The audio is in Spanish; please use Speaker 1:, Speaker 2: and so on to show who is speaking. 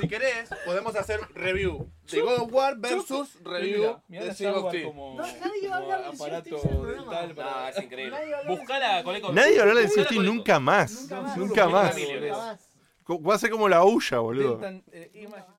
Speaker 1: si querés, podemos hacer review de God of War versus review
Speaker 2: Mira, mira
Speaker 1: de
Speaker 2: la
Speaker 1: Sea
Speaker 2: Star
Speaker 1: of
Speaker 2: Wars
Speaker 1: Thieves.
Speaker 2: como,
Speaker 3: No, nadie va a
Speaker 2: como
Speaker 3: hablar de
Speaker 2: aparato
Speaker 3: Celtics en el
Speaker 2: del
Speaker 3: programa.
Speaker 2: tal
Speaker 4: No,
Speaker 2: para...
Speaker 4: es increíble.
Speaker 3: Nadie va a hablar
Speaker 2: Buscala,
Speaker 3: de-
Speaker 2: Coleco.
Speaker 5: Nadie va a hablar de
Speaker 2: Buscala,
Speaker 5: Celtic
Speaker 2: Coleco.
Speaker 5: nunca más.
Speaker 3: Nunca más.
Speaker 5: Nunca más.
Speaker 3: Nunca más.
Speaker 5: Co- Va a ser como la huya, boludo.
Speaker 2: Intentan, eh, imagi-